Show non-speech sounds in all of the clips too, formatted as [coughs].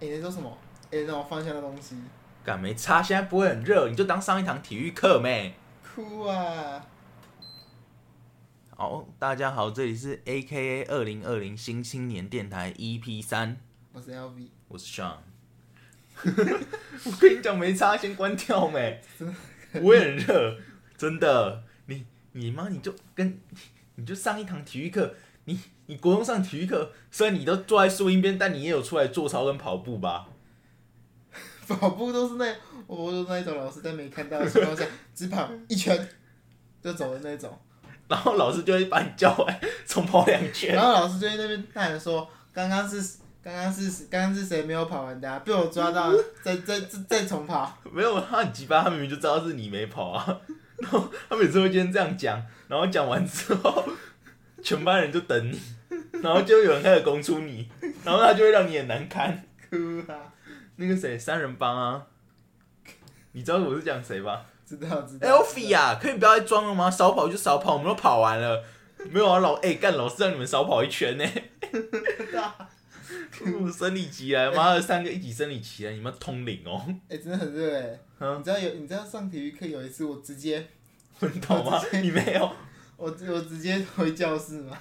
哎，那叫什么？哎，让我放下那东西，干没差，现在不会很热，你就当上一堂体育课没。哭啊！好，大家好，这里是 A K A 二零二零新青年电台 EP 三，我是 LV，我是 Sean。我跟你讲没差，先关掉没。我也很热，真的。你你妈你就跟你就上一堂体育课，你你国中上体育课，虽然你都坐在树荫边，但你也有出来做操跟跑步吧？ [laughs] 跑步都是那我都是那一种老师在没看到的情况下，只跑一圈就走的那 [laughs] 种。然后老师就会把你叫回来，重跑两圈然。后老师就在那边大喊说：“刚刚是刚刚是刚刚是谁没有跑完的、啊？被我抓 [laughs] 到，再再再再重跑。没有，他很鸡巴，他明明就知道是你没跑啊。 [laughs] 然后他每次会先这样讲，然后讲完之后，全班人就等你， [laughs] 然后就有人开始攻出你，然后他就会让你很难堪。”哭啊！那个谁，三人帮啊，你知道我是讲谁吧知道知道。 ？Elfi 啊， [laughs] 可以不要再装了吗？少跑就少跑，我们都跑完了。没有啊，老哎干、老师让你们少跑一圈呢、我生理期来，妈的三个一起生理期来，你们通灵哦， [laughs] 哎、真的很热哎、嗯你知道有你知道上体育课有一次我直接你懂吗我直？接你没有，我我直接回教室嘛，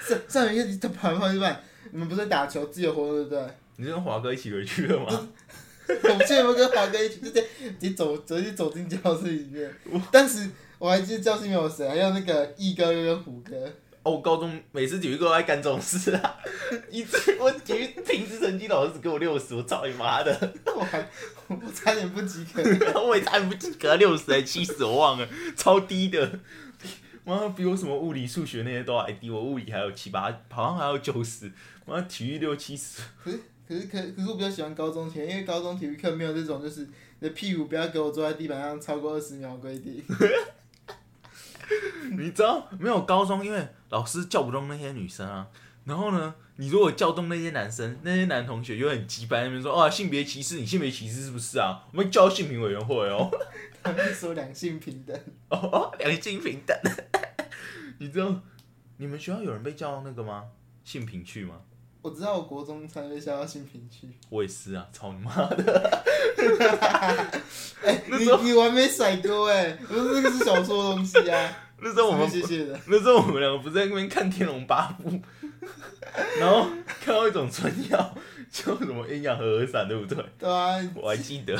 上上体育课跑完跑一半，你们不是打球自由活动对不对？ [laughs] 你就跟华哥一起回去了吗？我们去我跟华哥一起，就这样直接走，直接走进教室里面。当时我还记得教室里面有谁，还有那个毅哥跟虎哥。 [laughs] 哦，我高中每次体育课都在干这种事啊， [laughs] 一次我体育平时成绩老师只给我六十，我操你妈的！ [laughs] 我还我差点不及格，我也差点不及格，六十还七十，我忘了，超低的。 [laughs] 妈，比我什么物理、数学那些都还低，我物理还有七八，好像还有九十，妈体育六七十。可是可是可可是我比较喜欢高中体育，因为高中体育课没有这种就是你的屁股不要给我坐在地板上超过二十秒的规定。 [laughs] 你知道没有？高中因为老师叫不动那些女生啊，然后呢，你如果叫动那些男生，那些男同学又很鸡掰，那边说啊性别歧视，你性别歧视是不是啊？我们叫性平委员会哦。 [laughs] 他们说两性平等，哦哦，良性平等。 [laughs] 你知道你们学校有人被叫到那个吗？性平去吗？我知道我国中才被叫到性平区。我也是啊，操你妈的！ [laughs] 哎、你你我还没甩锅哎、不是这个是小说的东西啊。 [laughs] 那时候我们谢谢的，那时候我们两个不是在那边看《天龙八部》， [laughs] 然后看到一种春药叫什么阴阳和合散，对不对？对啊。 [laughs] 我还记得。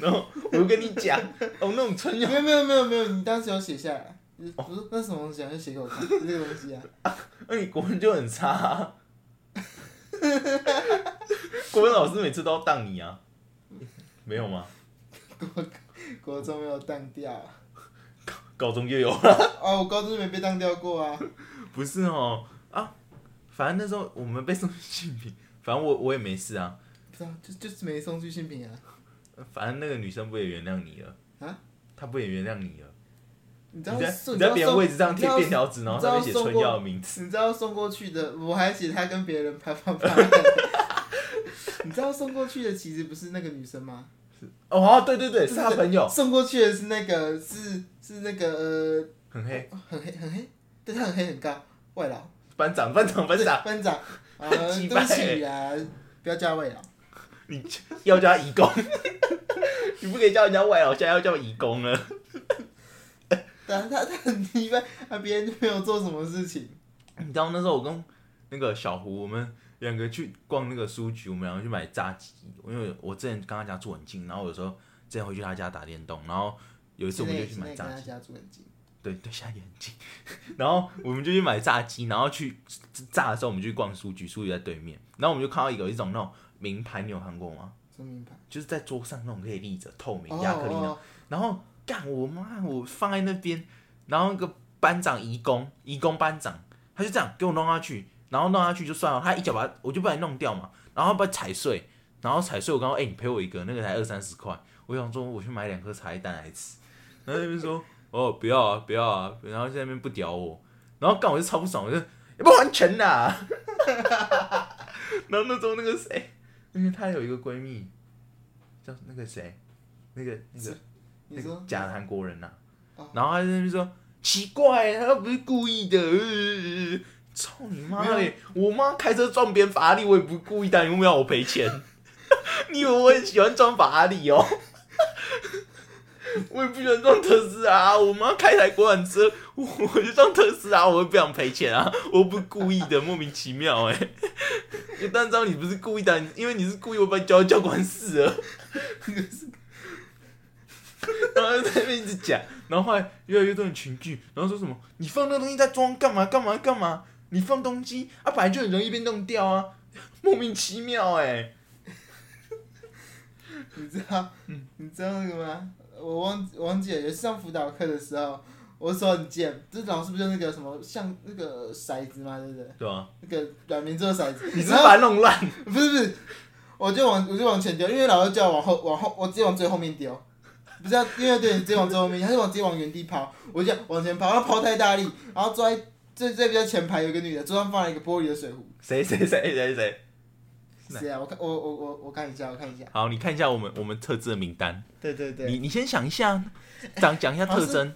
然后我就跟你讲，哦，那种春药没有没有没有没有，你当时有写下来，你哦不是那什么东西啊？就写给我看，这个东西啊，那你国文就很差、 [laughs] 啊，国文老师每次都要当你啊，没有吗？国国中没有当掉啊，高中就 [laughs] 有了。哦，我高中就没被当掉过啊。不是哦，啊，反正那时候我们被送去性平，反正我我也没事啊，不知道，就就是没送去性平啊。反正那个女生不也原谅你了啊？她不也原谅你了？你知道你在送你在别人位置上贴便，你知道条纸，然后上面写春药的名字。送你知道送过去的，我还写他跟别人啪啪 [laughs] 啪。你知道送过去的其实不是那个女生吗？哦，对对对，是他朋友，送过去的是那个是是那个很黑。呃很黑很黑，对他很黑很高，外劳班长，班长，班长，班长啊，呃鸡对掰不起啊，不要叫外劳。你要叫他义工， [laughs] 你不可以叫人家外劳，现在要叫义工了。但他他很鸡掰，他别人就没有做什么事情。你知道那时候我跟那个小胡，我们两个去逛那个书局，我们两个去买炸鸡，因为我之前跟他家住很近，然后有时候之前回去他家打电动，然后有一次现我在们就也去现在买也炸跟他鸡，家住很近，对对，现在也很近， [laughs] 然后我们就去买炸鸡，然后去炸的时候我们就去逛书局，书局在对面，然后我们就看到有一种那种名牌，你有看过吗？什么名牌？就是在桌上那种可以立着透明哦亚克力的，哦然后干我妈，我放在那边，然后那个班长移工，移工班长，他就这样给我弄下去，然后弄下去就算了，他一脚把它我就把它弄掉嘛，然后把它踩碎，然后踩碎我刚刚哎、你赔我一个，那个才二三十块，我想说我去买两颗茶叶蛋来吃，然后那边说哦不要啊不要啊，然后在那边不屌我，然后干我就超不爽，我就也不完全啦。然后那时候那个谁，那个她有一个闺蜜，叫那个谁，那个那个你那个说假的韩国人呐、哦然后他在那边说奇怪，他又不是故意的， [laughs] 呃操你妈没有嘞！我妈开车撞别人法拉利，我也不是故意的，你为什么要我赔钱？ [laughs] 你以为我很喜欢撞法拉利哦？ [laughs] 我也不喜欢撞特斯拉、啊，我妈开台国产车，我我就撞特斯拉、我也不想赔钱啊，我又不是故意的，莫名其妙哎、 [laughs] 欸。但知道你不是故意的，因为你是故意，我把你叫叫官司了。然后在那边一直讲，然后后来越来越多人群聚，然后说什么你放那东西在装干嘛干嘛干嘛？你放东西啊，本来就很容易被弄掉啊，莫名其妙哎、你知道，你知道那个吗？我忘我忘记了，有一次上辅导课的时候，我手很贱，就是老师不就那个什么像那个骰子嘛，对不对？对啊，那个软绵做骰子，你是然不是后把它弄烂， [laughs] 不是不是，我就往我就往前丢，因为老师叫我往后往后，我直接往最后面丢，不是要啊因为对你直接往最后面，他就往直接往原地跑，我就这样往前跑，他跑太大力，然后坐在最最比较前排有一个女的，桌上放了一个玻璃的水壶， [laughs] 谁谁谁谁谁？是谁啊？我看我我我我看一下，我看一下，好，你看一下我们我们特质的名单，对对对，你你先想一下，讲讲一下特征，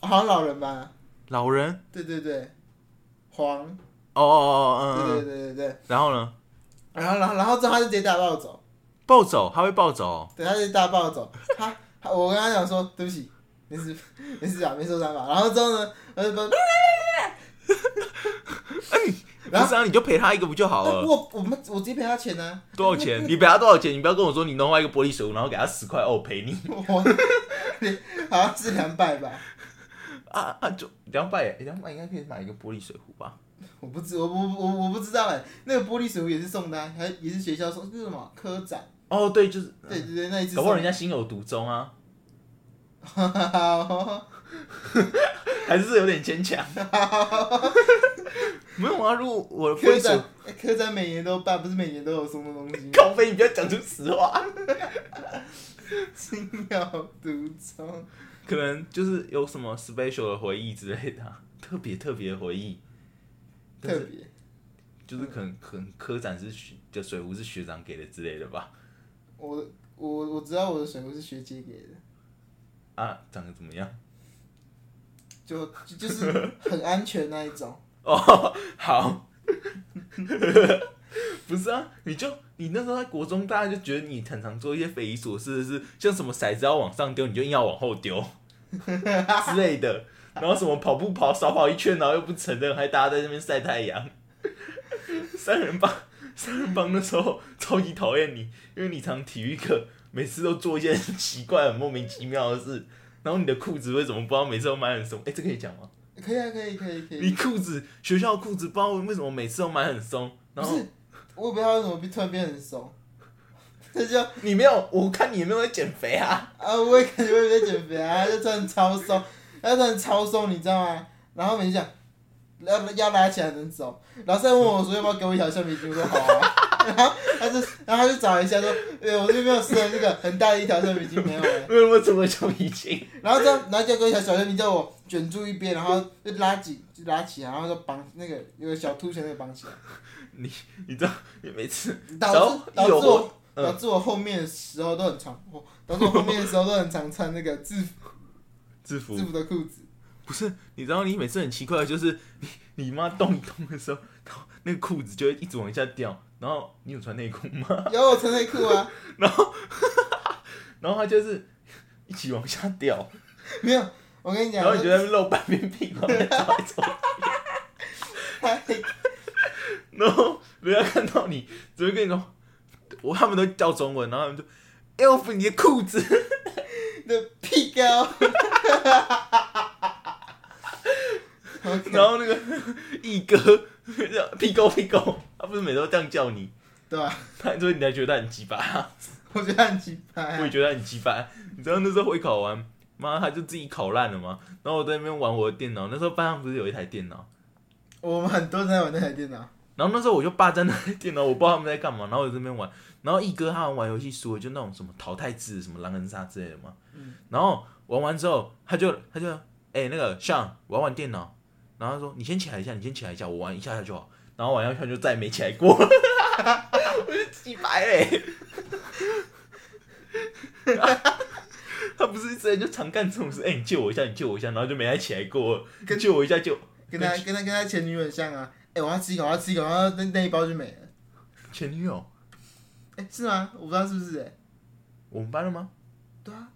好像老人吧？老人，对对对，黄，哦哦哦对嗯对嗯，对对对，然后呢，然后然后然后之后他就直接大暴走，暴走，他会暴走哦、对，他就大暴走，他他我跟他讲说对不起，没事没事啊，没受伤吧？然后之后呢，他就说然不后是啊，你就赔他一个不就好那 [laughs] 了？我我们我直接赔他钱呢、啊， [laughs] 多少钱？你赔他多少钱？你不要跟我说你弄坏一个玻璃水壶，然后给他十块哦，我赔你。我好像是两百吧，啊啊，就两百耶，两百应该可以买一个玻璃水壶吧？我不知我我我我不知道哎、那个玻璃水壶也是送的啊、还也是学校送，是什么科展？哦，对，就是，对对对，那一次搞不好送人家心有独钟啊， [laughs] 好，还是有点牵强。没有啊，如果我的玻科璃水展壶，哎科展每年都办，不是每年都有送的东 [laughs] 西吗。靠背，你不要讲出实话，心有独钟。可能就是有什么 special 的回忆之类的啊、特别特别的回忆，但特是别，就是可能可能科展是学的水壶是学长给的之类的吧？我我我知道我的水壶是学姐给的，啊，长得怎么样？就就就是很安全那一种。哦，好， [laughs] 不是啊，你就你那时候在国中，大家就觉得你常常做一些匪夷所思的事，像什么骰子要往上丢，你就硬要往后丢之类的，然后什么跑步跑少跑一圈，然后又不承认，还大家在那边晒太阳，三人帮三人帮那时候超级讨厌你，因为你常体育课每次都做一些很奇怪、很莫名其妙的事，然后你的裤子为什么不知道每次都买很松？哎、这可以讲吗？可以啊，可以，可以，可以。你裤子，学校的裤子，不知道为什么每次都买很松，然不后是我也不知道为什么突然变很怂，这 [laughs] 就你没有，我看你也没有在减肥啊。啊，我也感觉我也在减肥啊，就突然超松，他突然超松，你知道吗？然后每次讲要要拉起来能走，老师还问我说要不要给我一条橡皮筋，我说好啊。 [laughs] 然后他就，然后他就找一下说，哎、我这边没有撕的那个很大的一条橡皮筋没有、欸，为什么这么久已经？然后这样，然后就跟小小你叫我卷住一边，然后就拉紧，就拉起来，然后就绑那个有个小凸起来那个绑起来， [laughs] 你知道，你每 [laughs] 次导然后致导致有我、嗯导致我后面的时候都很常，哦导致我后面的时候都很常穿那个制服制服制服的裤子， [laughs] 不是，你知道你每次很奇怪，就是你你妈动一动的时候，然后那个裤子就会一直往下掉，然后你有穿内裤吗？ [laughs] 有我穿内裤啊，然后它就是一起往下掉，没有，我跟你讲，然后你就 [laughs] 在那边露半边屁 [laughs] 股，然后在走来走去太然后人家看到你，只会跟你说，我他们都叫中文，然后他们就 elf 你的裤子，的屁啊 [laughs] 高，然后那个 [laughs] 一哥 [laughs] 叫屁狗屁狗，他不是每次都这样叫你，对吧、他所以你才觉得他很鸡巴，我觉得很奇葩、我也啊，觉得他很鸡巴。你知道那时候会考完，妈他就自己考烂了嘛，然后我在那边玩我的电脑，那时候班上不是有一台电脑，我们很多人在玩那台电脑，然后那时候我就霸占那台电脑，我不知道他们在干嘛，然后我在那边玩，然后一哥他们玩游戏输了，就那种什么淘汰制、什么狼人杀之类的嘛。嗯然后玩完之后，他就他就哎、那个像我要玩电脑，然然后他说你先起来一下，你先起来一下，我玩一下下就好。然后玩一下就再也没起来过，我就 [laughs] 欸几百嘞。他不是之前就常干这种事，哎、你借我一下，你借我一下，然后就没再起来过。跟借我一下就跟他跟他跟他前女友很像啊。哎、我要吃一口，我要吃一口，然后那那一包就没了。前女友，哎、是吗？我不知道是不是哎、我们班的吗？对啊，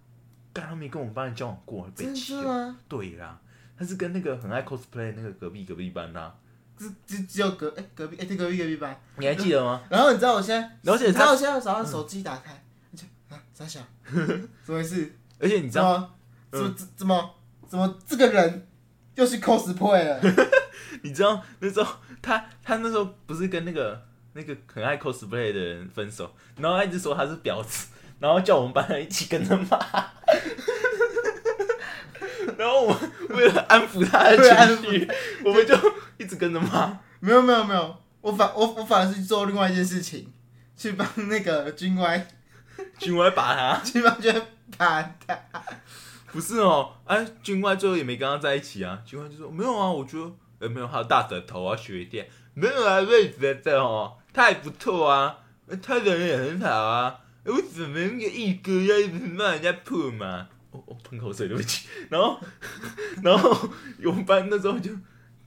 干，他没跟我们班人交往过，被真气的了。吗？对啦，他是跟那个很爱 cosplay 那个隔壁隔壁班的、啊，只只只有隔哎、隔壁哎、对隔壁隔壁班。你还记得吗？然后你知道我现在，而且你知道他，我现在早上手机打开，你就啊傻小，怎么回事？而且你知怎道，嗯么怎么怎么怎么这个人又是 cosplay 了？ [laughs] 你知道那时候他他那时候不是跟那个那个很爱 cosplay 的人分手，然后他一直说他是婊子，然后叫我们班人一起跟着骂。 [laughs] 然后我们为了安抚他的为了安情抚绪，我们就一直跟着骂。没有没有没有，我反我我反而是做另外一件事情，去帮那个军歪军外把他去帮军把他。 [laughs] 不是哦，哎，军外最后也没跟他在一起啊。军外就说没有啊，我觉得呃没有，他有大舌头啊，学一点没有啊，瑞子的哦，他还不错啊，呃他人也很好啊。呃我怎么那个一哥要一直骂人家破嘛？我、哦、我、喷口水，对不起。然后 [laughs] 然后我们班那时候就。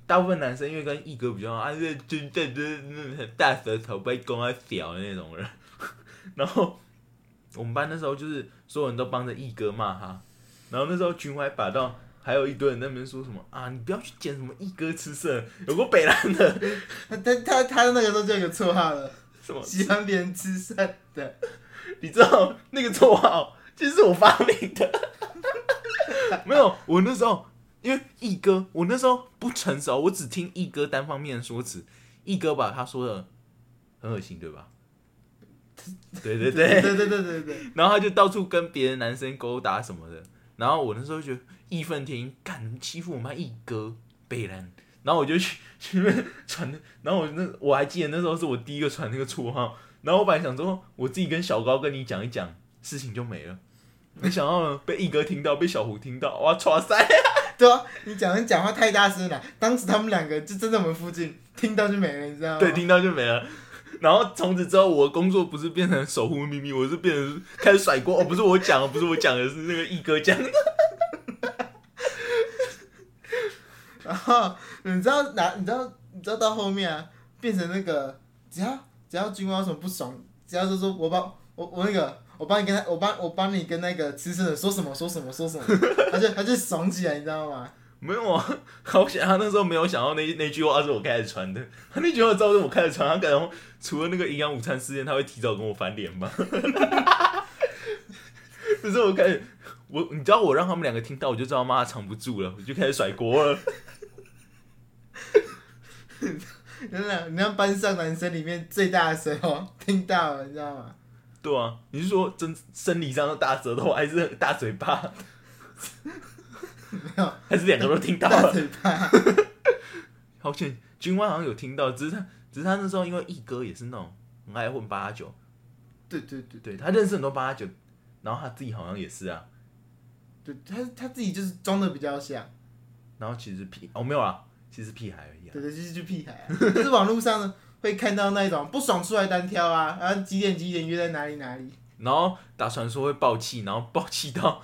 大部分男生因为跟一哥比较好，啊，这真正就是那种大舌头被公啊屌的那种人， [laughs] 然后我们班那时候就是所有人都帮着一哥骂他，然后那时候群还把到，还有一堆人在那边说什么啊，你不要去捡什么一哥吃剩，有个北兰的 [laughs] 他他他他那个时候就有个绰号了，什么，喜欢别人吃剩的。你知道那个绰号就是我发明的， [laughs] 没有，我那时候因为一哥，我那时候不成熟，我只听一哥单方面的说辞，一哥把他说的很恶心，对吧？ [laughs] 对对对，对对对对对，然后他就到处跟别的男生勾搭什么的。然后我那时候就觉得义愤填膺，干你们欺负我们班一哥北兰。然后我就去去那边传，然后我那我还记得那时候是我第一个传那个绰号。然后我本来想说我自己跟小高跟你讲一讲，事情就没了。没想到呢被一哥听到，被小胡听到，哇，哇塞！对啊，你讲你讲话太大声了，当时他们两个就站在我们附近，听到就没了，你知道吗？ [laughs] 对，听到就没了。然后从此之后，我的工作不是变成守护秘密，我是变成开始甩锅。哦，不是我讲的，不是我讲的，是那个一哥讲的。然后你知道哪？你知道你知道到后面啊，变成那个只要只要军官有什么不爽，只要就说我帮我我那个我帮你跟他我帮我帮你跟那个吃剩的说什么说什么说什么，他就他就爽起来，你知道吗？没有啊， [laughs] 好险！他那时候没有想到那那句话是我开始传的， [laughs] 他那句话照是我开始传，他可能除了那个营养午餐事件，他会提早跟我翻 [laughs] 脸吧。可是我开始，我你知道我让他们两个听到，我就知道妈藏不住了，我就开始甩锅了。 [laughs] 真的，你让班上男生里面最大的声哦，听到了，你知道吗？对啊，你是说真生理上的大舌头，还是大嘴 [laughs] 巴？有还是两个都听到 [laughs] 大了？嘴巴，好险，军官好像有听到，只是他只是他那时候因为一哥也是那种很爱混八加九，对对对对他认识很多八加九，然后他自己好像也是啊。对，他他自己就是装的比较像，然后其实屁哦没有啊，其实屁孩而已、啊。对对，就是就屁孩、啊，就是网络上呢会看到那种不爽出来单挑啊，然后几点几点约在哪里哪里。然后打传说会爆气，然后爆气到，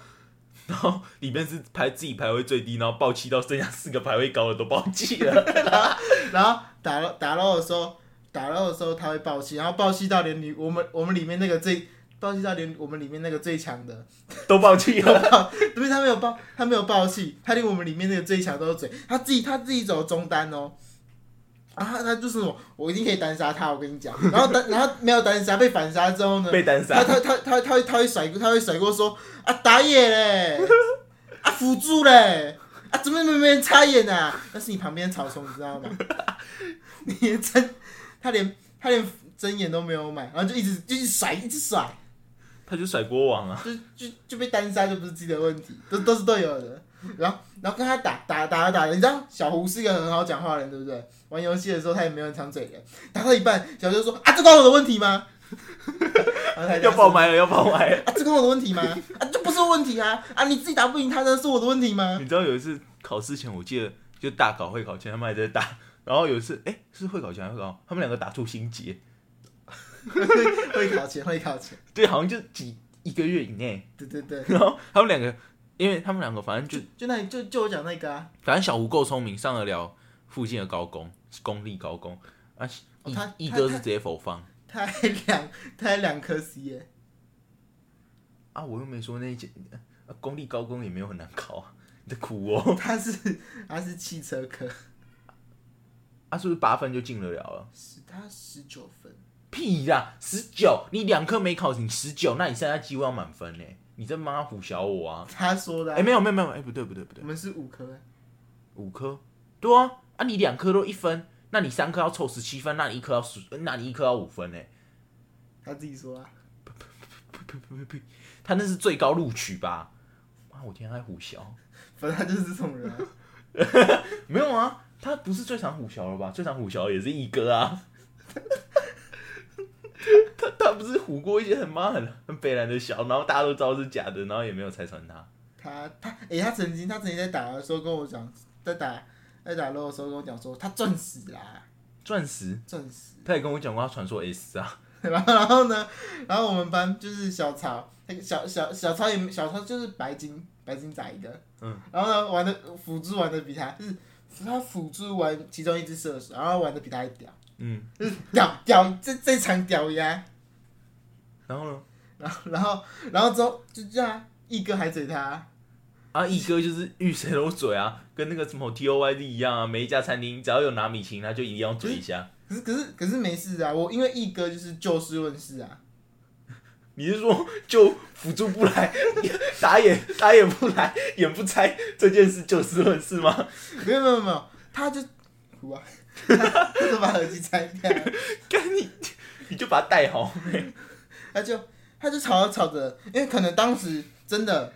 然后里面是排自己排位最低，然后爆气到剩下四个排位高的都爆气了。 [laughs] 然后打到打到的时候，打到的时候他会爆气，然后爆气到连你我们我们里面那个最爆气到连我们里面那个最强的，都爆气了。不是他没有爆他没有爆气，他连我们里面那个最强都有嘴，他自己他自己走中单哦。然后他他就是我，我一定可以单杀他，我跟你讲。然后单，然后没有单杀，被反杀之后呢，被单杀他他他他他会他会甩，他会甩锅说啊打野嘞，啊辅助嘞，啊怎么没没人插眼啊？那是你旁边的草丛，你知道吗？ [laughs] 你连真，他连他连真眼都没有买，然后就一直就一直甩，一直甩，他就甩锅王啊，就就就被单杀，就不是自己的问题，都都是队友的。然后然后跟他打打打打，你知道小胡是一个很好讲话的人，对不对？玩游戏的时候他也没有很长嘴的，打到一半，小胡就说啊这关我的问题吗？ [laughs] 然后他就要爆麦了，要爆麦了。 [laughs] 啊，这关我的问题吗？啊，这不是问题啊！啊，你自己打不赢他，那是我的问题吗？你知道有一次考试前，我记得就大考会考前他们还在打，然后有一次哎、诶是会考前还是会考后，他们两个打出心结， [laughs] 会考前，会考前，对，好像就几一个月以内，对对对，然后他们两个，因为他们两个反正就就那就就我讲那个啊，反正小吴够聪明，上得了附近的高工，公立高工啊，哦一他一他哥是直接否放他还两他还两颗 C 耶，啊，我又没说那一间、啊公立高工也没有很难考啊，你在哭哦， [laughs] 他是他是汽车科，啊是不是八分就进得了了？是他十九分，屁啦，十九，你两科没考，你十九，那你剩下几乎要满分嘞，你在妈唬小我啊！他说的哎、啊、没有没有没有，哎、不对不对不对我，们是五科耶，啊五科，对啊，啊你两科都一分，那你三科要凑十七分，那你一科要十，那你一科要五分嘞，他自己说啊，呸呸呸呸呸，他那是最高录取吧？妈，我天，还唬小？反正他就是这种人啊，没有啊，他不是最常唬小了吧？最常唬小的也是一哥啊。他他不是唬过一些很妈很很北蓝的小，然后大家都知道是假的，然后也没有拆穿他。他他哎、他曾经他曾经在打的时候跟我讲，在打在打 LO 的时候跟我讲说他赚死啦，钻石，赚死。他也跟我讲过他传说 S 啊，然后然后呢，然后我们班就是小曹，那个小小小曹也没小曹就是白金白金仔一个，嗯，然后呢玩的辅助玩的比他就是他辅助玩其中一只射手，然后玩的比他还屌，嗯，就是屌屌这这场屌呀，然后呢，然后然后然后之后就这样啊，一哥还嘴他啊，啊一哥就是遇谁都嘴啊，跟那个什么 T O Y D 一样啊，每一家餐厅只要有拿米其林，他就一定要嘴一下。可是可是可是没事啊，我因为一哥就是就事论事啊，你是说就辅助不来， [laughs] 打野打野不来，也不拆这件事就事论事吗？ [laughs] 没有没有没有，他就哭啊， [laughs] 他他就把耳机拆掉了。干你，你就把它带好。他就他就吵着吵着，因为可能当时真的，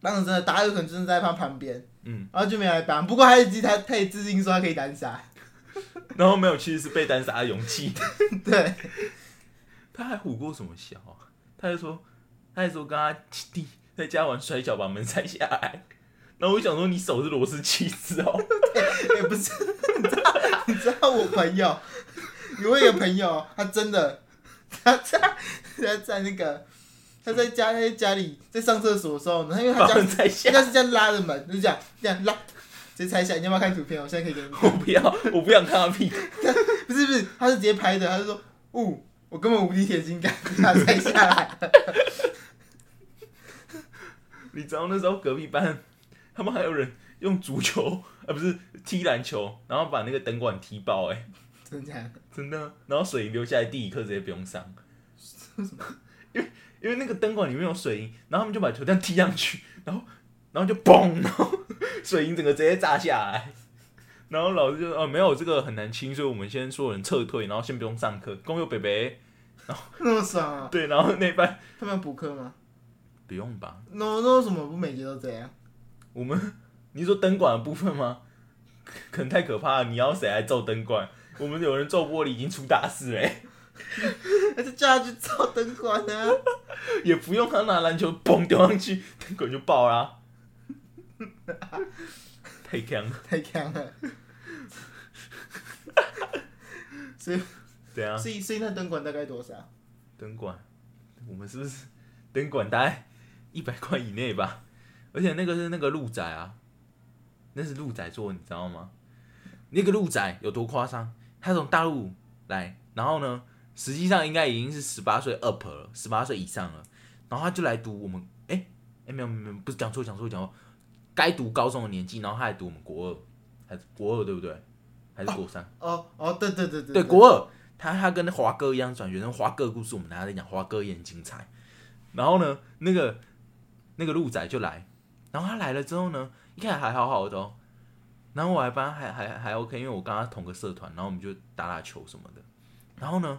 当时真的大家有可能真的在他旁边，嗯，然后就没来帮。不过他自己他他也自信说他可以单杀，然后没有，其实是被单杀的勇气。 [laughs] [laughs] 对，他还唬过什么小啊？他还说，他还说跟他弟在家玩摔跤，把门拆下来。然后我就想说，你手是螺丝起子哦。也不是，你知道你知道我朋友，有一个朋友，他真的，他在他在那个他在家他在家里在上厕所的时候呢，他因 [laughs] 为他把家门拆他下，家是这样拉着门，就是这样这样拉，直接拆下来。你要不要看图片？我现在可以给你看。我不要，我不想看他屁股。不是不是，他是直接拍的，他就说，哦，我根本无敌铁金刚，把它摘下来了。你知道那时候隔壁班，他们还有人用足球，啊不是踢篮球，然后把那个灯管踢爆、哎，真的假的？真的。啊然后水银流下来，第一课直接不用上。因为因为那个灯管里面有水银，然后他们就把球这样踢上去，然后然后就嘣，然后水银整个直接炸下来。然后老师就呃没有这个很难清，所以我们先所有人撤退，然后先不用上课。公有北北那么爽啊！对，然后那班他们要补课吗？不用吧，那那为什么不每节都这样？我们你说灯管的部分吗？可可能太可怕了，你要谁来揍灯管？我们有人揍玻璃已经出大事欸嘞、那就叫他哎去照灯管啊！ [laughs] 也不用他拿篮球嘣丢上去，灯管就爆啦、太强了，太强 [laughs] 了。所以对啊，所以所以那灯管大概多少？灯管，我们是不是灯管大概一百块以内吧？而且那个是那个鹿仔啊，那是鹿仔做，你知道吗？那个鹿仔有多夸张？他从大陆来，然后呢，实际上应该已经是十八岁 up 了，十八岁以上了，然后他就来读我们，哎、哎、没有没有，没有不是讲错讲错讲错，该读高中的年纪，然后他还读我们国二，还是国二对不对？还是国三？哦哦，对对对对对，国二，他他跟华哥一样转学生，华哥的故事我们等一下再讲，华哥也很精彩。然后呢，那个那个鹿仔就来，然后他来了之后呢，一开始还好好的哦，然后我还帮他还还还 OK，因为我跟他同个社团，然后我们就打打球什么的。然后呢，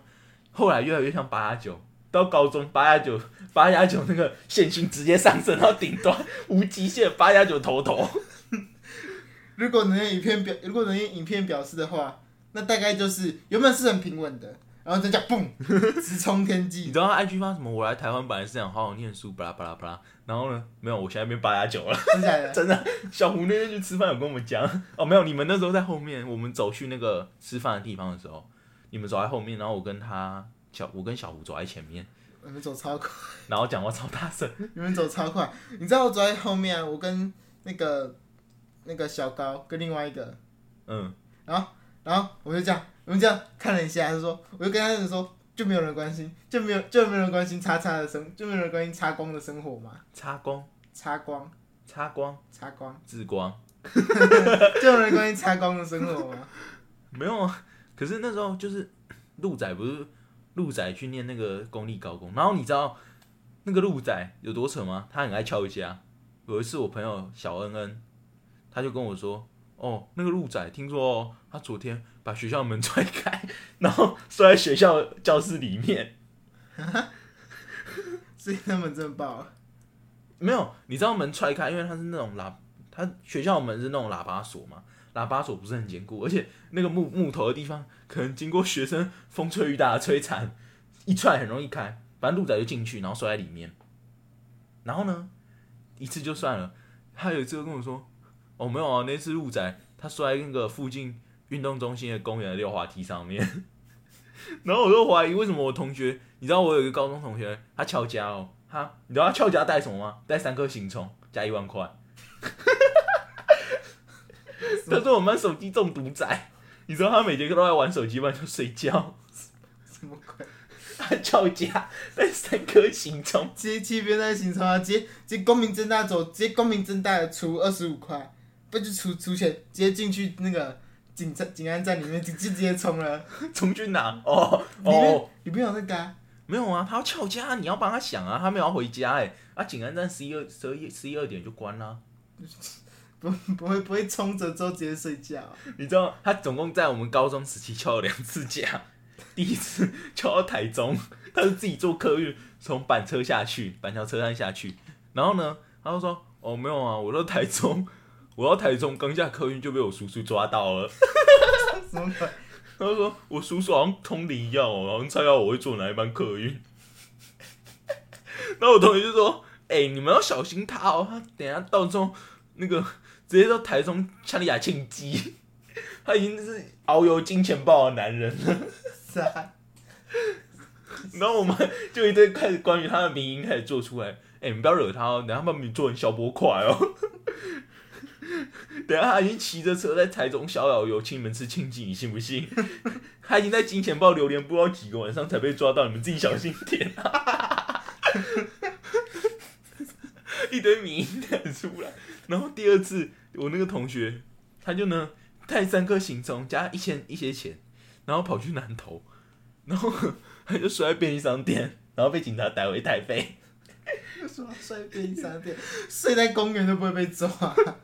后来越来越像八加九，到高中八加九八加九那个线性直接上升到顶端，无极限八加九头头。如果能用影片表，如果能用影片表示的话，那大概就是原本是很平稳的，然后再叫 [laughs] 嘣，直冲天你际。知道他 IG 发什么？我来台湾本来是想好好念书，巴拉巴拉巴拉。然后呢，没有，我现在变八加九了，真假的？真的。小胡那天去吃饭有跟我们讲，哦，没有，你们那时候在后面，我们走去那个吃饭的地方的时候，你们走在后面，然后我跟他小，我跟小胡走在前面，你们走超快，然后讲话超大声，你们走超快。你知道我走在后面啊，我跟那个那个小高跟另外一个，嗯，然后我就这样，我们这样看了一下，他就说，我就跟他们说，就没有人关心，就没有就没有人关心叉叉的生，就没有人关心叉光的生活嘛，擦光，叉光擦光，叉光，自光，就没有人关心叉光的生活嘛。没有啊。可是那时候就是 [coughs] 鹿仔不是鹿仔去念那个公立高工，然后你知道那个鹿仔有多扯吗？他很爱敲一下。有一次我朋友小恩恩，他就跟我说。哦，那个鹿仔听说、哦、他昨天把学校门 [laughs] 踹开，然后摔在学校教室里面。所以他们真的爆了，没有，你知道门踹开，因为它是那种喇，它学校门是那种喇叭锁嘛，喇叭锁不是很坚固，而且那个木木头的地方，可能经过学生风吹雨打的摧残，一踹很容易开。反正鹿仔就进去，然后摔在里面。然后呢，一次就算了。他有一次就跟我说：“哦，没有啊，那次鹿仔他摔在那个附近运动中心的公园的溜滑梯上面。”然后我就怀疑为什么我同学，你知道我有一个高中同学，他翘家哦，他你知道他翘家带什么吗？带三颗行虫加一万块。 [laughs] 他说我们班手机中毒仔，你知道他每节课都在玩手机，不然就睡觉。什么鬼？他翘家带三颗行虫，接气边在行程啊，直接直接光明正大走，直接光明正大的出二十五块，不就出出钱，直接进去那个警察警安站里面直接直接冲了，冲去哪？哦里面、哦，里面有那个、啊，没有啊，他要翘家，你要帮他想啊，他没有要回家哎、啊，景安站十一二十一十一二点就关啊啦、不不会不会冲着之后直接睡觉啊、 [laughs] 你知道他总共在我们高中时期翘了两次家，第一次翘到台中，他是自己坐客运从板车下去，板桥车站下去，然后呢，他就说哦没有啊，我到台中，我到台中刚下客运就被我叔叔抓到了，什么鬼？他就说我叔叔好像通灵一样哦，好像猜到我会坐哪一班客运， [laughs] 然后我同学就说哎、你们要小心他哦，他等一下到时候那个直接到台中呛你亚庆鸡。 [laughs] 他已经是遨游金钱豹的男人了。啥？ [laughs] 然后我们就一堆开始关于他的名音开始做出来。哎、你不要惹他哦，等下他把你做成小波块哦。 [laughs] 等下他已经骑着车在台中逍遥游，请你们吃庆记，你信不信？ [laughs] 他已经在金钱豹流连不知道几个晚上才被抓到，你们自己小心点、啊。 [laughs] 一堆迷音开始出来，然后第二次我那个同学他就呢带三颗行踪加一千一些钱，然后跑去南投，然后他就摔在便利商店，然后被警察逮回台北。为什么睡便利商店？睡在公园都不会被抓、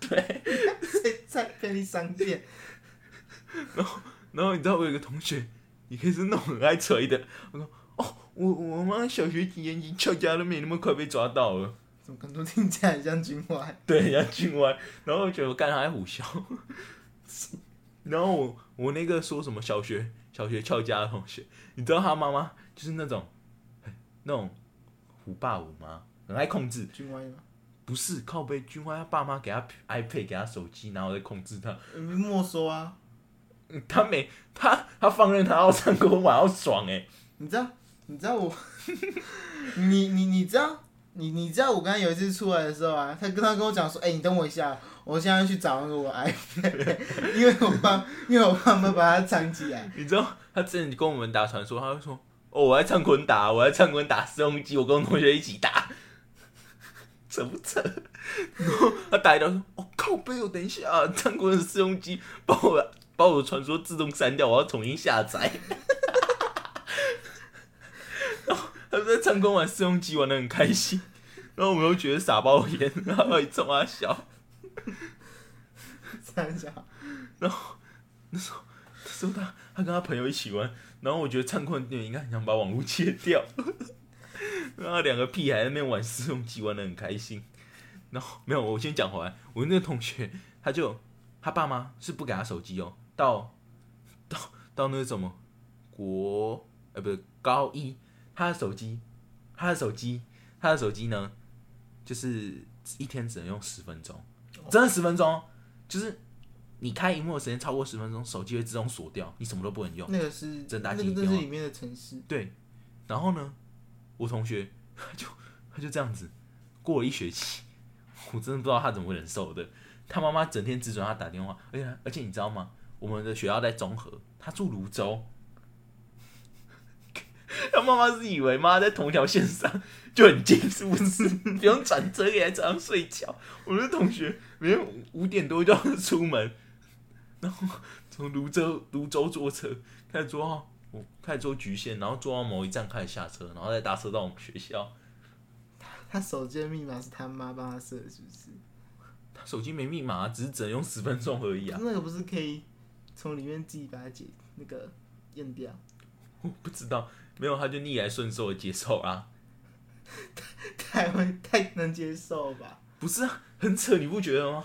对，睡在便利商店，然后你知道我有一个同学，也可以是那种很爱吹的，我说哦，我我妈小学几年级翘家都没那么快被抓到了。 [laughs] 怎么可能都听起来很像军花？对，要进歪，然后我觉得我干他还虎啸， [laughs] 然后我我那个说什么小学小学翘家的同学，你知道他妈妈就是那种那种虎爸虎妈，很爱控制，军花吗？不是靠背军花，他爸妈给他 iPad 给他手机，然后再控制他，嗯没收啊！嗯他每他他放任他要上锅碗要爽哎、你知道，你知道我， [laughs] 你你你知道，你你知道我刚才有一次出来的时候啊，他跟他跟我讲说，哎、你等我一下，我现在去找那个我 iPad，因 [laughs] 为我爸，因为我爸妈把它藏起来， [laughs] 你知道他之前跟我们打传说，他会说哦我在唱滚打，我在唱滚打四用机，我跟我同学一起打，扯不扯？然后他打一刀说哦靠背，我等一下啊，唱滚的四用机把我把我的传说自动删掉，我要重新下载。然后他们在唱滚玩四用机玩的很开心，然后我们又觉得傻包眼，然后一冲他笑。藏起来。那时候他他跟他朋友一起玩，然后我觉得灿坤店员应该很想把网络切掉， [laughs] 然后两个屁孩在那边玩试用机玩的很开心。然后没有，我先讲回来，我那个同学他就他爸妈是不给他手机哦，到到到那个什么国哎、呃，不是高一，他的手机，他的手机，他的手机呢，就是一天只能用十分钟，真的十分钟，哦就是你开荧幕的时间超过十分钟，手机会自动锁掉，你什么都不能用。那个是正大那竞个标那啊是里面的城市，对，然后呢，我同学他就他就这样子过了一学期， [laughs] 我真的不知道他怎么忍受的。他妈妈整天只准他打电话，而且而且你知道吗？我们的学校在中和，他住泸州， [laughs] 他妈妈是以为妈在同条线上就很近，是不是？ [laughs] 不用转车给来早上睡觉。我们的同学每天五五点多就要出门，然后从泸州泸州坐车开始坐到我开始坐局限，然后坐到某一站开始下车，然后再搭车到我们学校。他手机的密码是他妈帮他设的，是不是？他手机没密码，啊只是只能用十分钟而已啊！那个不是可以从里面自己把它解那个验掉？ [laughs] 我不知道，没有他就逆来顺受的接受啊。太会太能接受吧？不是啊，很扯，你不觉得吗？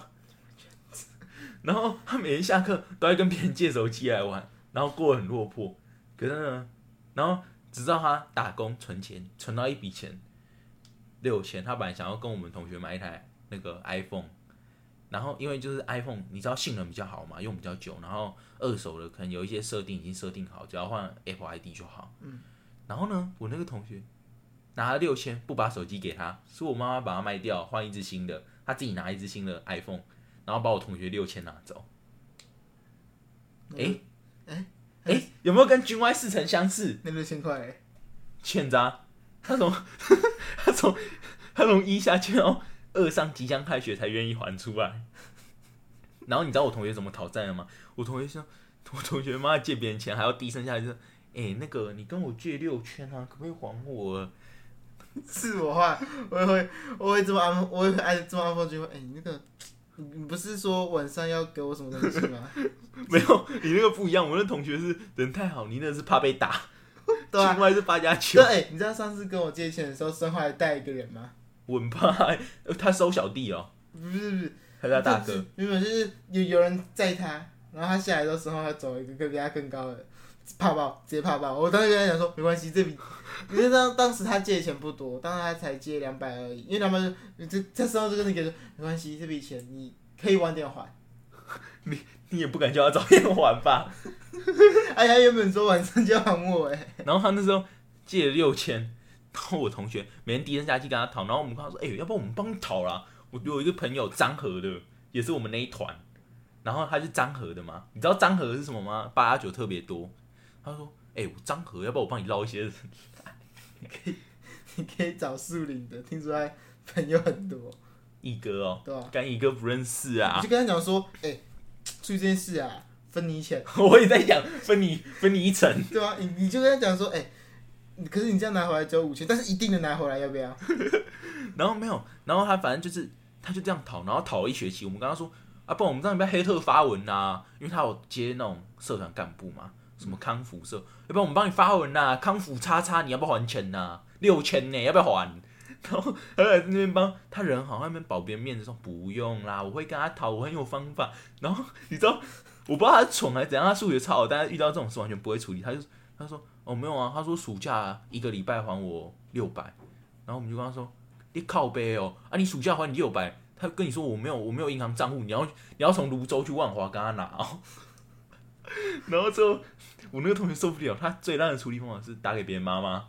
[laughs] 然后他每天下课都在跟别人借手机来玩，然后过得很落魄。可是呢，然后直到他打工存钱，存到一笔钱，六千，他本来想要跟我们同学买一台那个 iPhone，然后因为就是 iPhone，你知道性能比较好嘛，用比较久，然后二手的可能有一些设定已经设定好，只要换 Apple ID 就好。嗯。然后呢，我那个同学拿了六千，不把手机给他，是我妈妈把它卖掉，换一只新的，他自己拿一只新的 iPhone，然后把我同学六千拿走。嗯诶诶，有没有跟君歪似曾相识？那六千块、 [laughs] 欸，欠渣，他从 [laughs] 他从他从一下欠到二上即将开学才愿意还出来。然后你知道我同学怎么讨债的吗？我同学说，我同学妈借别人钱还要低声下气说：“哎、那个你跟我借六千啊，可不可以还我啊？”是我话，我也会，我也这么安，我也会按这么安分就会，哎、你那个，你你不是说晚上要给我什么东西吗？ [laughs] [laughs] 没有，你那个不一样。我那同学是人太好，你那是怕被打，对啊 [laughs] 另外是八加九对，，欸你知道上次跟我借钱的时候，身后还带一个人吗？我很怕、呃他收小弟哦，不是不是，还是他大就 [laughs] 哥是？原本就是有有人载他，然后他下来的时候，他走了一个更比他更高的，怕爆，直接怕爆。我当时跟他讲说，没关系，这笔，因为当当时他借的钱不多，当时他才借两百而已，因为两百就这这时候就跟你讲说，没关系，这笔钱你可以晚点还。你也不敢叫他早点还吧？哎，他原本说晚上就要还我哎、 [laughs] 然后他那时候借了六千，然后我同学每天低声下气跟他讨，然后我们跟他说：“哎、要不然我们帮你讨啦？”我有一个朋友张和的，也是我们那一团，然后他是张和的嘛，你知道张和是什么吗？八加九特别多。他说：“哎、我张和，要不然我帮你捞一些你可以找树林的，听说他朋友很多，一哥哦。”对吧、啊干一哥不认识啊我！就跟他讲说，哎、注意这件事啊，分你钱，我也在想分你分你一层，对啊吧、你你就跟他讲说，哎、你可是你这样拿回来只有五千，但是一定能拿回来，要不要？ [laughs] 然后没有，然后他反正就是他就这样讨，然后讨了一学期。我们跟他说啊，不然我们让你不要黑特发文啦、因为他有接那种社团干部嘛，什么康复社，要不然我们帮你发文啦、康复叉叉，你要不要还钱呐、啊六千呢，要不要还？ [laughs] 然后他在那边帮他人好，他在那边保别人面子说不用啦，我会跟他讨，我很有方法。然后你知道，我不知道他是蠢还是怎样，他数学超好，但是遇到这种事完全不会处理。他就他说哦没有啊，他说暑假一个礼拜还我六百，然后我们就跟他说你靠背哦，啊你暑假还你六百，他跟你说我没有我没有银行账户，你要你要从泸州去万华跟他拿哦。 [laughs] 然后之后我那个同学受不了，他最烂的处理方法是打给别人妈妈。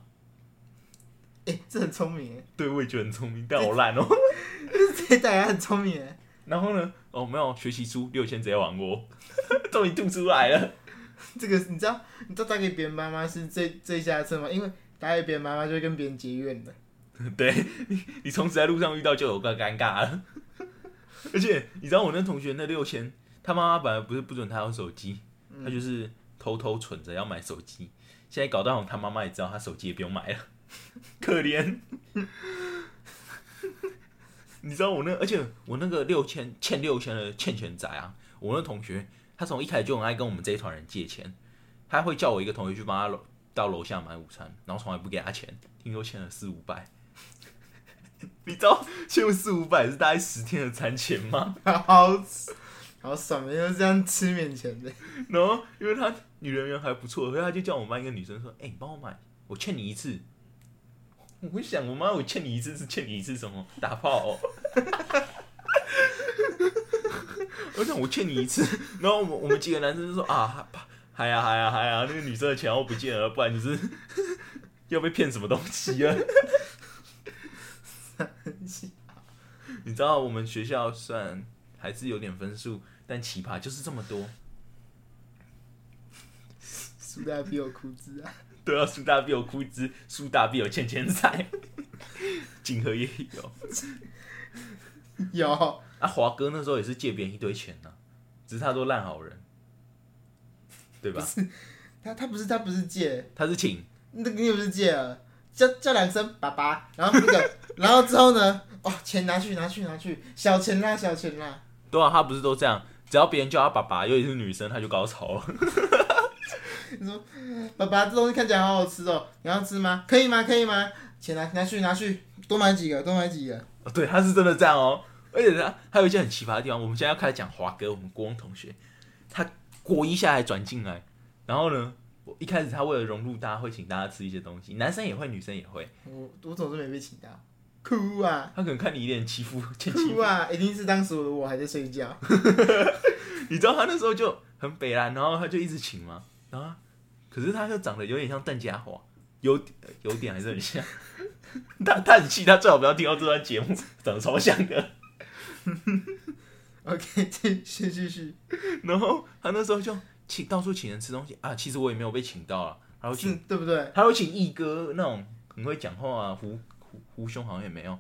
哎、这很聪明哎，对，我也觉得很聪明，但好烂哦。 [laughs] 这 [laughs] 大家很聪明哎，然后呢？哦，没有学习书六千直接还我， [laughs] 终于吐出来了。这个你知道，你知道打给别人妈妈是最最下策吗？因为打给别人妈妈就会跟别人结怨的， [laughs] 对你，你从此在路上遇到就有个尴尬了。而且你知道我那同学那六千，他妈妈本来不是不准他有手机，他就是偷偷存着要买手机，现在搞到他妈妈也知道他手机也不用买了， [laughs] 可怜。 [laughs] 你知道我那，而且我那个六千欠六千的欠钱仔啊，我那同学他从一开始就很爱跟我们这一团人借钱，他会叫我一个同学去帮他楼到楼下买午餐，然后从来不给他钱，听说欠了四五百。你知道欠四五百是大概十天的餐钱吗？ [laughs] 好好爽，又这样吃免钱的，然后因为他女人缘还不错，然后他就叫我们班一个女生说：“哎、你帮我买，我欠你一次。”我想，我妈，我欠你一次是欠你一次什么？ [laughs] 打炮哦。我想我欠你一次，然后我们我们几个男生就说啊，怕嗨呀嗨呀嗨呀，那个女生的钱要不见了，不然就是 [laughs] 要被骗什么东西啊？ [laughs] 你知道我们学校虽然还是有点分数，但奇葩就是这么多。苏大比我裤子啊，对啊，苏大必有枯枝，苏大必有欠钱财， [laughs] 锦和也有。有啊，华哥那时候也是借别人一堆钱呢、只是他都烂好人，对吧？他他不是他不是借，他是请，那个你也不是借了，叫叫两声爸爸，然后那个然后之后呢，哦钱拿去拿去拿去，小钱啦小钱啦，对啊，他不是都这样，只要别人叫他爸爸，尤其是女生，他就高潮了。 [laughs] 爸爸这东西看起来好好吃哦，你要吃吗？可以吗？可以吗？钱拿拿去拿去，多买几个多买几个，哦对，他是真的这样哦。而且他还有一件很奇葩的地方，我们现在要开始讲华哥，我们国文同学，他国一下来转进来，然后呢，我一开始他为了融入大家，会请大家吃一些东西，男生也会，女生也会。我我总是没被请到，哭啊他可能看你一脸欺负，欠欺哭啊，一定是当时我的我还在睡觉，你知道他那时候就很北蓝，然后他就一直请嘛，然后他可是他就长得有点像邓家华，有呃有点还是很像。他他很气，他最好不要听到这段节目，长得超像的。 OK 继续继续，然后他那时候就请到处请人吃东西啊，其实我也没有被请到啊，然后是请对不对？他会请义哥那种很会讲话啊，胡胡胡兄好像也没有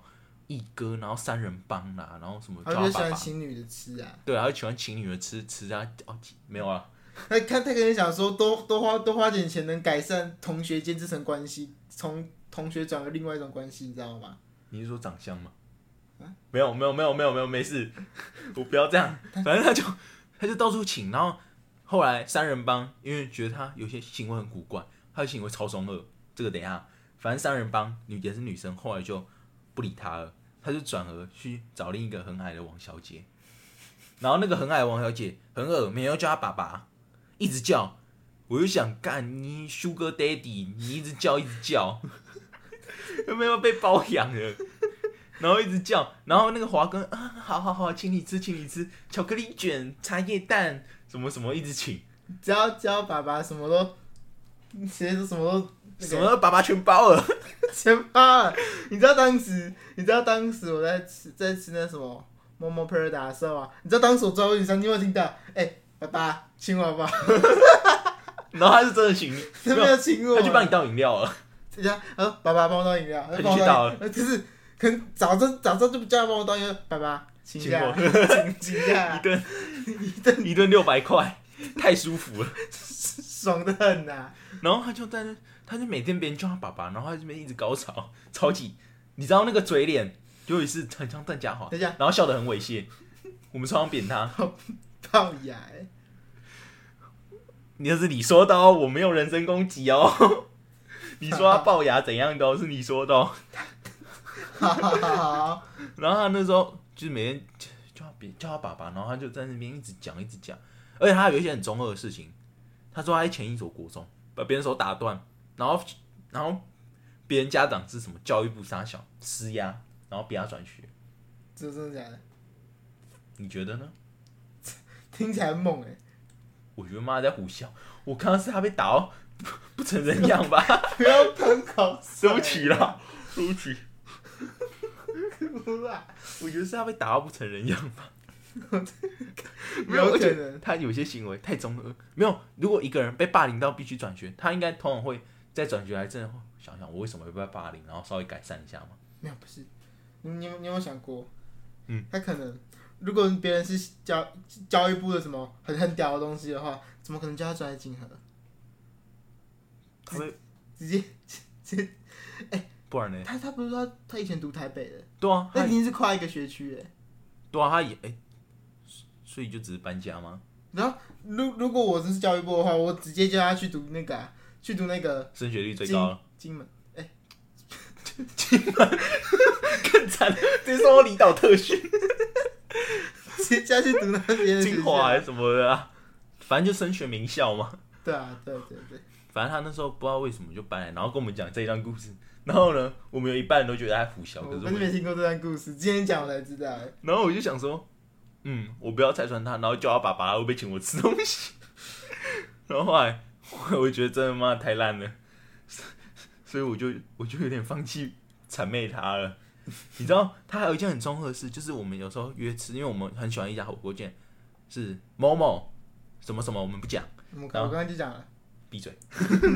义哥，然后三人帮啦、然后什么他叫就他喜爸欢爸，请女的吃啊，对，他就喜欢请女儿吃吃啊，哦没有啊，他他他可能想说多多花多花点钱能改善同学间这层关系，从同学转为另外一种关系，你知道吗？你是说长相吗？没有没有没有没有没有没事， [laughs] 我不要这样。反正他就他就到处请，然后后来三人帮因为觉得他有些行为很古怪，他的行为超中二，这个等一下，反正三人帮女也是女生，后来就不理他了，他就转而去找另一个很矮的王小姐，然后那个很矮的王小姐很恶，没有叫他爸爸，一直叫，我就想干你 Sugar Daddy，你一直叫一直叫， [laughs] 有没有被包养了？然后一直叫，然后那个华哥啊，好好好，请你吃，请你吃巧克力卷、茶叶蛋，什么什么，一直请，只要只要爸爸什么都，谁都什么都那什个么爸爸全包了。 [laughs] 钱包了。你知道当时你知道当时我在吃在吃那什么摸摸 p e r d a 的时候啊，你知道当时我坐在位置上，你有没有听到？哎、爸爸亲我好 [laughs] 不好？然后他是真 [laughs] 的请你，他没没有，有亲我，他去帮你倒饮料了。人家他说爸爸帮我倒饮料，他就帮我去倒饮料，就是可能早知早知道就不叫他帮我倒饮料，爸爸请一请下 [laughs] 我，请请一一下，顿一顿 [laughs] 一顿六百块，太舒服了。爽的很呐、然后他就在那，他就每天别人叫他爸爸，然后他这边一直高潮，超级，你知道那个嘴脸，尤其是很像邓家华，等一下然后笑得很猥亵，我们超想扁他。龅牙、欸，你那是你说的哦，我没有人身攻击哦。 [laughs] 你说他龅牙怎样的哦，是你说的哦。好好好，然后他那时候就是每天叫叫他别叫他爸爸，然后他就在那边一直讲一直讲，而且他有一些很中二的事情。他说他在前一所国中把别人手打断，然后然后别人家长是什么教育部杀小施压，然后逼他转学。这 [laughs] 真的假的？你觉得呢？听起来很猛哎、我觉得妈在胡笑，我看到是他被打到不成人样吧。 [laughs] 不要喷口水，对不起啦，对不起，哭啊，我觉得是他被打到不成人样。 [laughs] 没有有可而能，他有些行为太中二。没有，如果一个人被霸凌到必须转学，他应该通常会在转学来真的会想想我为什么会被霸凌，然后稍微改善一下嘛。没有不是，你你有你有没有想过？嗯，他可能如果别人是教教育部的什么很很屌的东西的话，怎么可能叫他转来金河？他会直接直接，不然呢？他他不是说他他以前读台北的，对啊，那他已经是跨一个学区哎、对啊，他也哎、所以就只是搬家吗？然后，如如果我真是教育部的话，我直接叫他去读那个、啊，去读那个升学率最高 [laughs] 了，金门， [laughs] 更惨，直接送到离岛特 [laughs] 训、直接叫他去读那边的学清华校。啊还是什么的啊，反正就升学名校嘛。对啊，对对对，反正他那时候不知道为什么就搬来，然后跟我们讲这一段故事。然后呢，我们有一半人都觉得他胡哦小，可我是可是我没听过这段故事，今天讲我才知道。然后我就想说，嗯，我不要拆穿他，然后叫他爸爸会不会请我吃东西？ [laughs] 然后后来 [laughs] 我就觉得真的妈太烂了，所以我就我就有点放弃谄媚他了。 [laughs] 你知道，他还有一件很中二的事，就是我们有时候约吃，因为我们很喜欢一家火锅店，是某某什么什么，我们不讲，我们我刚刚就讲了，闭嘴， [laughs]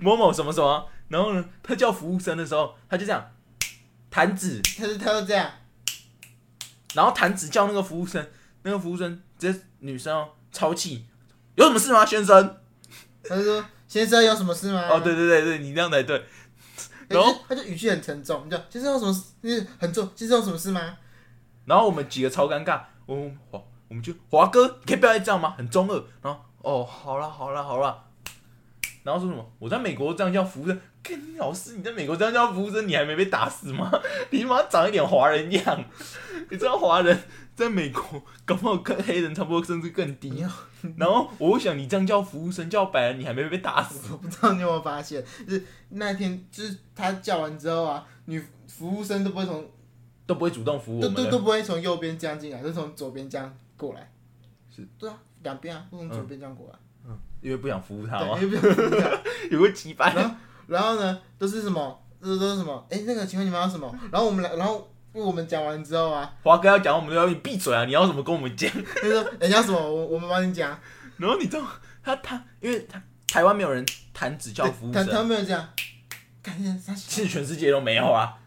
某某什么什么。然后呢，他叫服务生的时候，他就这样弹指，他就他就这样，然后弹指叫那个服务生，那个服务生直接女生哦，超气，有什么事吗，先生？他就说：“先生有什么事吗？”哦，对对对对，你这样才对。然后他就语气很沉重，就先生有什么事？就是很重，先生有什么事吗？ [laughs] 然后我们几个超尴尬，我们华我们就华哥，你可以不要再这样吗？很中二。然后哦，好啦好啦好啦，然后说什么？我在美国这样叫服务生，跟你老师，你在美国这样叫服务生，你还没被打死吗？ [laughs] 你妈长一点华人样，你知道华人在美国搞不好跟黑人差不多，甚至更低。然后我想你这样叫服务生叫白人，你还没被打死。我不知道你有没有发现，就是那天就是他叫完之后啊，女服务生都不会从都不会主动服务我都们都的。都不会从右边这样进来，都从左边这样过来。是，嗯对啊，两边啊，都从左边这样过来。因为不想服务他嘛，对，因为不想这样 [laughs] 有个鸡巴。然后然后呢，都是什么？都都是什么？哎，那个，请问你们要什么？然后我们来，然后我们讲完之后啊，华哥要讲，我们都要你闭嘴啊！你要怎么跟我们讲？ [laughs] 他说：“人家什么？我我们帮你讲。啊然后你知道他他，因为他台湾没有人谈指”教服务他他生，没有讲，感谢他其实全世界都没有啊。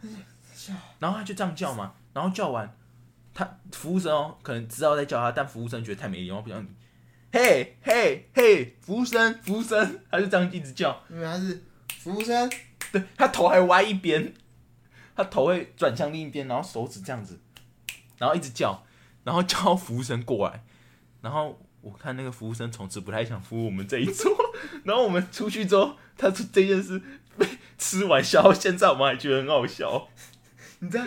笑。然后他就这样叫嘛，然后叫完，他服务生哦，可能知道在叫他，但服务生觉得太没礼貌，不想理。嘿嘿嘿，服务生，服务生，他就这样一直叫，因为他是服务生， [laughs] 对他头还歪一边，他头会转向另一边，然后手指这样子，然后一直叫，然后叫服务生过来，然后我看那个服务生从此不太想服务我们这一桌， [laughs] 然后我们出去之后，他说这件事被吃玩笑，到现在我们还觉得很好笑。你知道，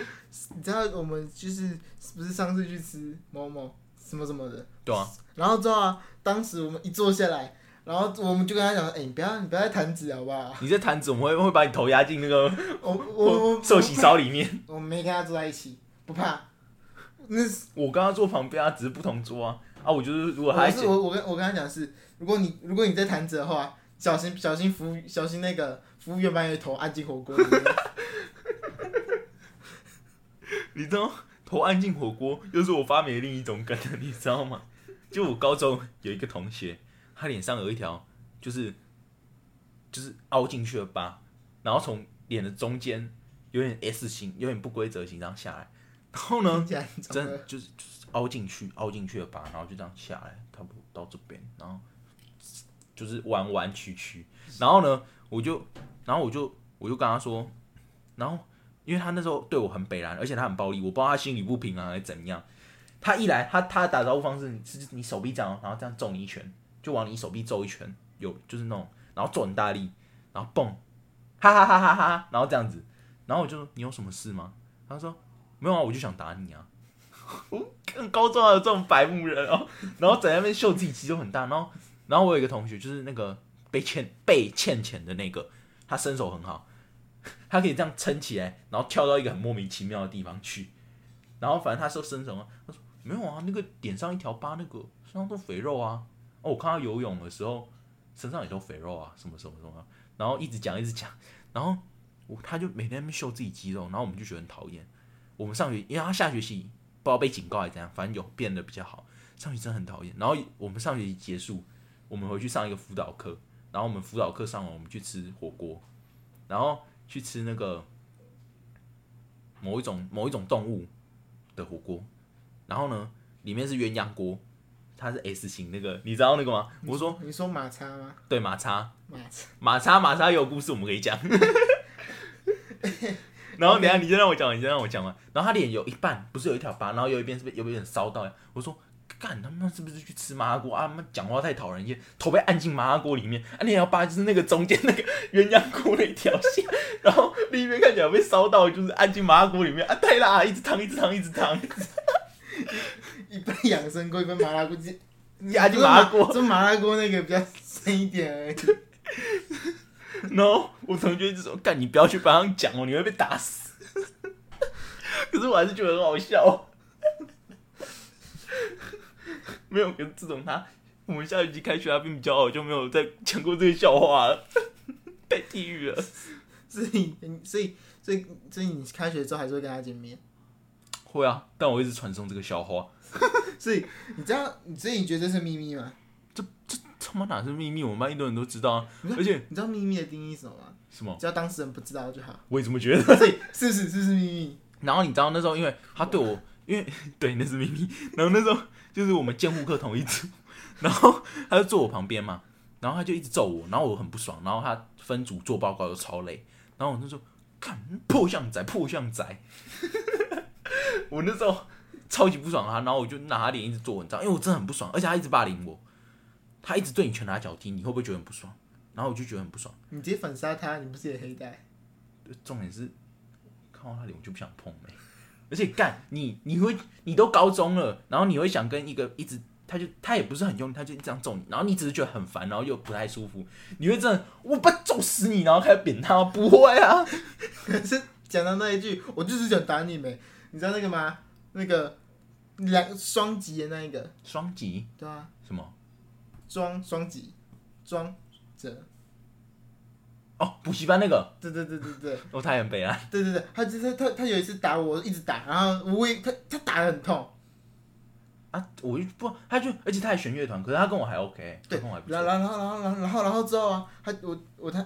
你知道我们就是不是上次去吃某某什么什么的，对啊，然后之后啊，当时我们一坐下来，然后我们就跟他讲，哎、你不要你不要再弹指好不好？你在弹指，我们会会把你头压进那个我我 [laughs] 我寿喜烧里面。我没跟他坐在一起，不怕。那是我跟他坐旁边啊，只是不同桌啊。啊，我就是如果他我还是嫌我我跟我跟他讲是，如果你如果你在弹指的话，小心小心服务小心那个服务员把你的头按进火锅里面。 [laughs] 你知道投案进火锅又是我发明的另一种梗，啊你知道吗？就我高中有一个同学，他脸上有一条就是就是凹进去的疤，然后从脸的中间有点 S 型，有点不规则形这样下来，然后呢听，起来很中 [laughs] 真二的就是就是凹进去，凹进去的疤，然后就这样下来，差不多到这边，然后就是弯弯曲曲，然后呢，我就，然后我就我就跟他说，然后因为他那时候对我很北然，而且他很暴力，我不知道他心里不平衡还是怎样。他一来，他他打招呼方式是你手臂这样，哦然后这样揍你一拳，就往你手臂揍一拳，有就是那种，然后揍很大力，然后蹦，哈哈哈哈哈哈，然后这样子，然后我就说你有什么事吗？他说没有啊，我就想打你啊。我高中还有这种白目人哦， [laughs] 然后在那边秀自己肌肉很大，然后然后我有一个同学就是那个被欠被欠钱的那个，他身手很好， [laughs] 他可以这样撑起来，然后跳到一个很莫名其妙的地方去，然后反正他说身手啊，他说没有啊，那个脸上一条疤，那个身上都肥肉啊，哦，我看他游泳的时候身上也都肥肉啊，什么什么什么，然后一直讲一直讲，然后我他就每天在那边秀自己肌肉，然后我们就觉得很讨厌。我们上学，因为他下学期不知道被警告还是怎样，反正有变得比较好。上学期真的很讨厌。然后我们上学期结束，我们回去上一个辅导课，然后我们辅导课上完，我们去吃火锅，然后去吃那个某一种某一种动物的火锅，然后呢，里面是鸳鸯锅，它是 S 型那个，你知道那个吗？我说你说马叉吗？对马叉，马叉。马叉马叉有故事，我们可以讲。 [laughs] 然后等一下你先让我讲完，你先让我讲完。然后他脸有一半不是有一条疤，然后有一边是被有一点烧到。我说干他啊妈是不是去吃麻辣锅啊？他妈讲话太讨人厌，头被按进麻辣锅里面，啊那条疤就是那个中间那个鸳鸯锅的一条线，然后另一边看起来被烧到，就是按进麻辣锅里面啊太辣，一直烫一直烫一直烫。一杯养生锅，一杯麻辣锅，直接压进麻辣锅。只是麻辣锅那个比较深一点而已。 [laughs] 然后我同学就说：“干，你不要去班上讲哦，你会被打死。” [laughs] 可是我还是觉得很好笑。哦没有，可是自从他我们下学期开学，他变比较好，就没有再讲过这个笑话了，太地狱了。所以，所以，所以，所以你开学之后还是会跟他见面。会啊，但我一直传送这个笑话，所以你知道，你所以你觉得这是秘密吗？他妈哪是秘密？我们班一堆人都知道啊，而且你知道秘密的定义是什么吗？什么，只要当事人不知道就好。我也这么觉得。所以是不是是不是秘密？然后你知道那时候，因为他对我，因为 [laughs] 对那是秘密。然后那时候就是我们监护课同一组， [laughs] 然后他就坐我旁边嘛，然后他就一直揍我，然后我很不爽，然后他分组做报告都超累，然后我就说，看破相仔，破相仔， [laughs] 我那时候超级不爽啊他，然后我就拿他脸一直做文章，因为我真的很不爽，而且他一直霸凌我，他一直对你拳打脚踢，你会不会觉得很不爽？然后我就觉得很不爽，你直接反杀他，你不是也黑带？重点是看到他脸我就不想碰了欸、而且干你你会你都高中了，然后你会想跟一个一直他就他也不是很凶，他就这样揍你，然后你只是觉得很烦，然后又不太舒服，你会真的我不揍死你，然后开始扁他吗？不会啊，可是讲到那一句，我就是想打你没，你知道那个吗？那个两双极的那一个，双极对啊，什么？装双极，装着，哦，补习班那个，对对对对对哦，他也很悲哀，对对对，他就是他他有一次打我，一直打，然后我也他他打的很痛，啊，我就不，他就，而且他还选乐团，可是他跟我还 OK，他对跟我还，不然错后，然后然后然后然后然后之后啊，他我我他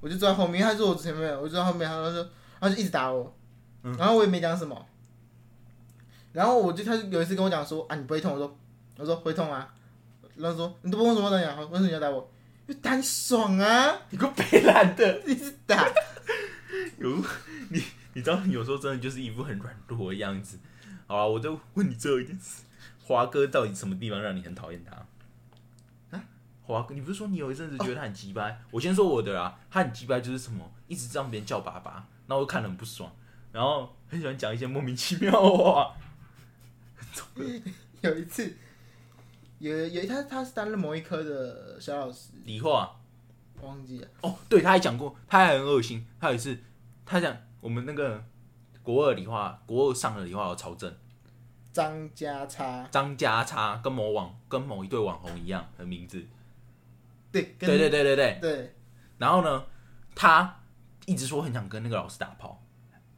我就坐在后面，他坐我前面，我就坐在后面，然后就他就一直打我，然后我也没讲什么，然后我就他就有一次跟我讲说啊你不会痛，我说我说会痛啊，然后说你都不跟我说话讲，为什么你要打我？就打你爽啊，你个北烂的，一直打，有你， [laughs] 你知道你有时候真的就是一副很软弱的样子。好啊了，我就问你最后一件事，华哥到底什么地方让你很讨厌他？华哥，你不是说你有一阵子觉得他很鸡掰？我先说我的啦，他很鸡掰就是什么，一直让别人叫爸爸，然后我就看得很不爽，然后很喜欢讲一些莫名其妙的话。有一次。有有他他是担任某一科的小老师，理化忘记了。哦，对，他还讲过，他还很恶心。他有一次，他讲我们那个国二理化，国二上了理化有曹正。张家叉，张家叉跟某网跟某一对网红一样的名字，对，跟对对对对对。对，然后呢，他一直说很想跟那个老师打炮，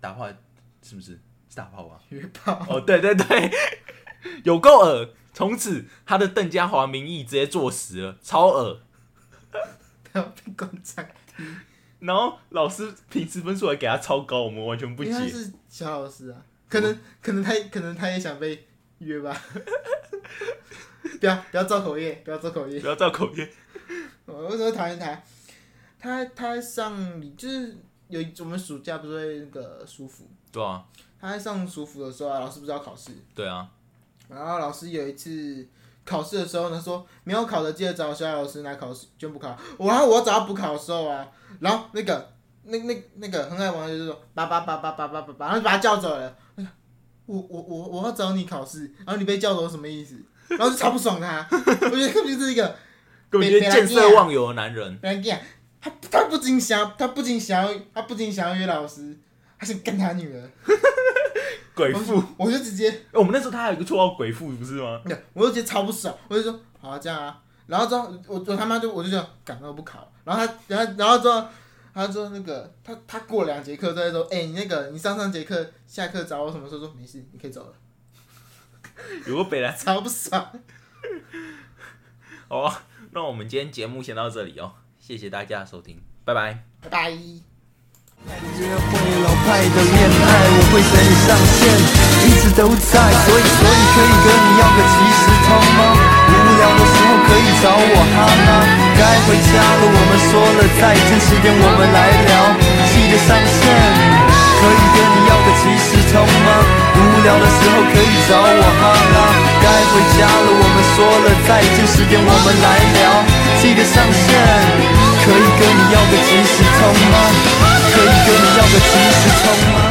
打炮是不是？是打炮 [laughs] 吧？约炮，哦，对对对， [laughs] 有够恶。从此他的邓家华名义直接坐实了，超恶。他要被关场，然后老师平时分数还给他超高，我们完全 [laughs] 不因为他解。是小老师啊，可能可能他可能他也想被约吧， [laughs] 不要不要造口业，不要造口业。不要造口业，我为什么讨厌他？他他上理就是有我们暑假不是会那个舒服，对啊，他在上舒服的时候啊，老师不是要考试，对啊，然后老师有一次考试的时候呢，说没有考的记得找小老师拿考试卷补考。我然后我要找他补考的时候啊，然后那个那那那个很爱玩的就说叭叭叭叭叭叭叭叭，然后就把他叫走了。我我我我要找你考试，然后你被叫走什么意思？然后就超不爽他，我觉得根本就是一个根本就北是见北兰地色啊忘友的男人。人家他他不仅想要他不仅想要他不仅想要约老师，还想干他女儿。鬼我父， [laughs] 哎就我就直接我们那时候他还有一个绰号“鬼父”，不是吗？对，我就觉得超不爽，我就说好、啊、这样啊，然后之后我我他妈就我就觉得赶快不考，然后他然后然后之后他说那个他他过两节课再说，哎、你那个你上上节课下课找我什么时候说没事，你可以走了， [laughs] 有个北兰超不爽，好啊，那我们今天节目先到这里哦，谢谢大家的收听，拜拜。拜拜。约会老派的恋爱，我会踩你上线，一直都在，所以所以可以跟你要个即时通吗？无聊的时候可以找我哈吗？该回家了，我们说了再见，迟点我们来聊，记得上线。可以跟你要个即时通吗？无聊的时候可以找我哈啦。该回家了，我们说了再见，迟点我们来聊，记得上线。可以跟你要个即时通吗？可以跟你要个即时通吗？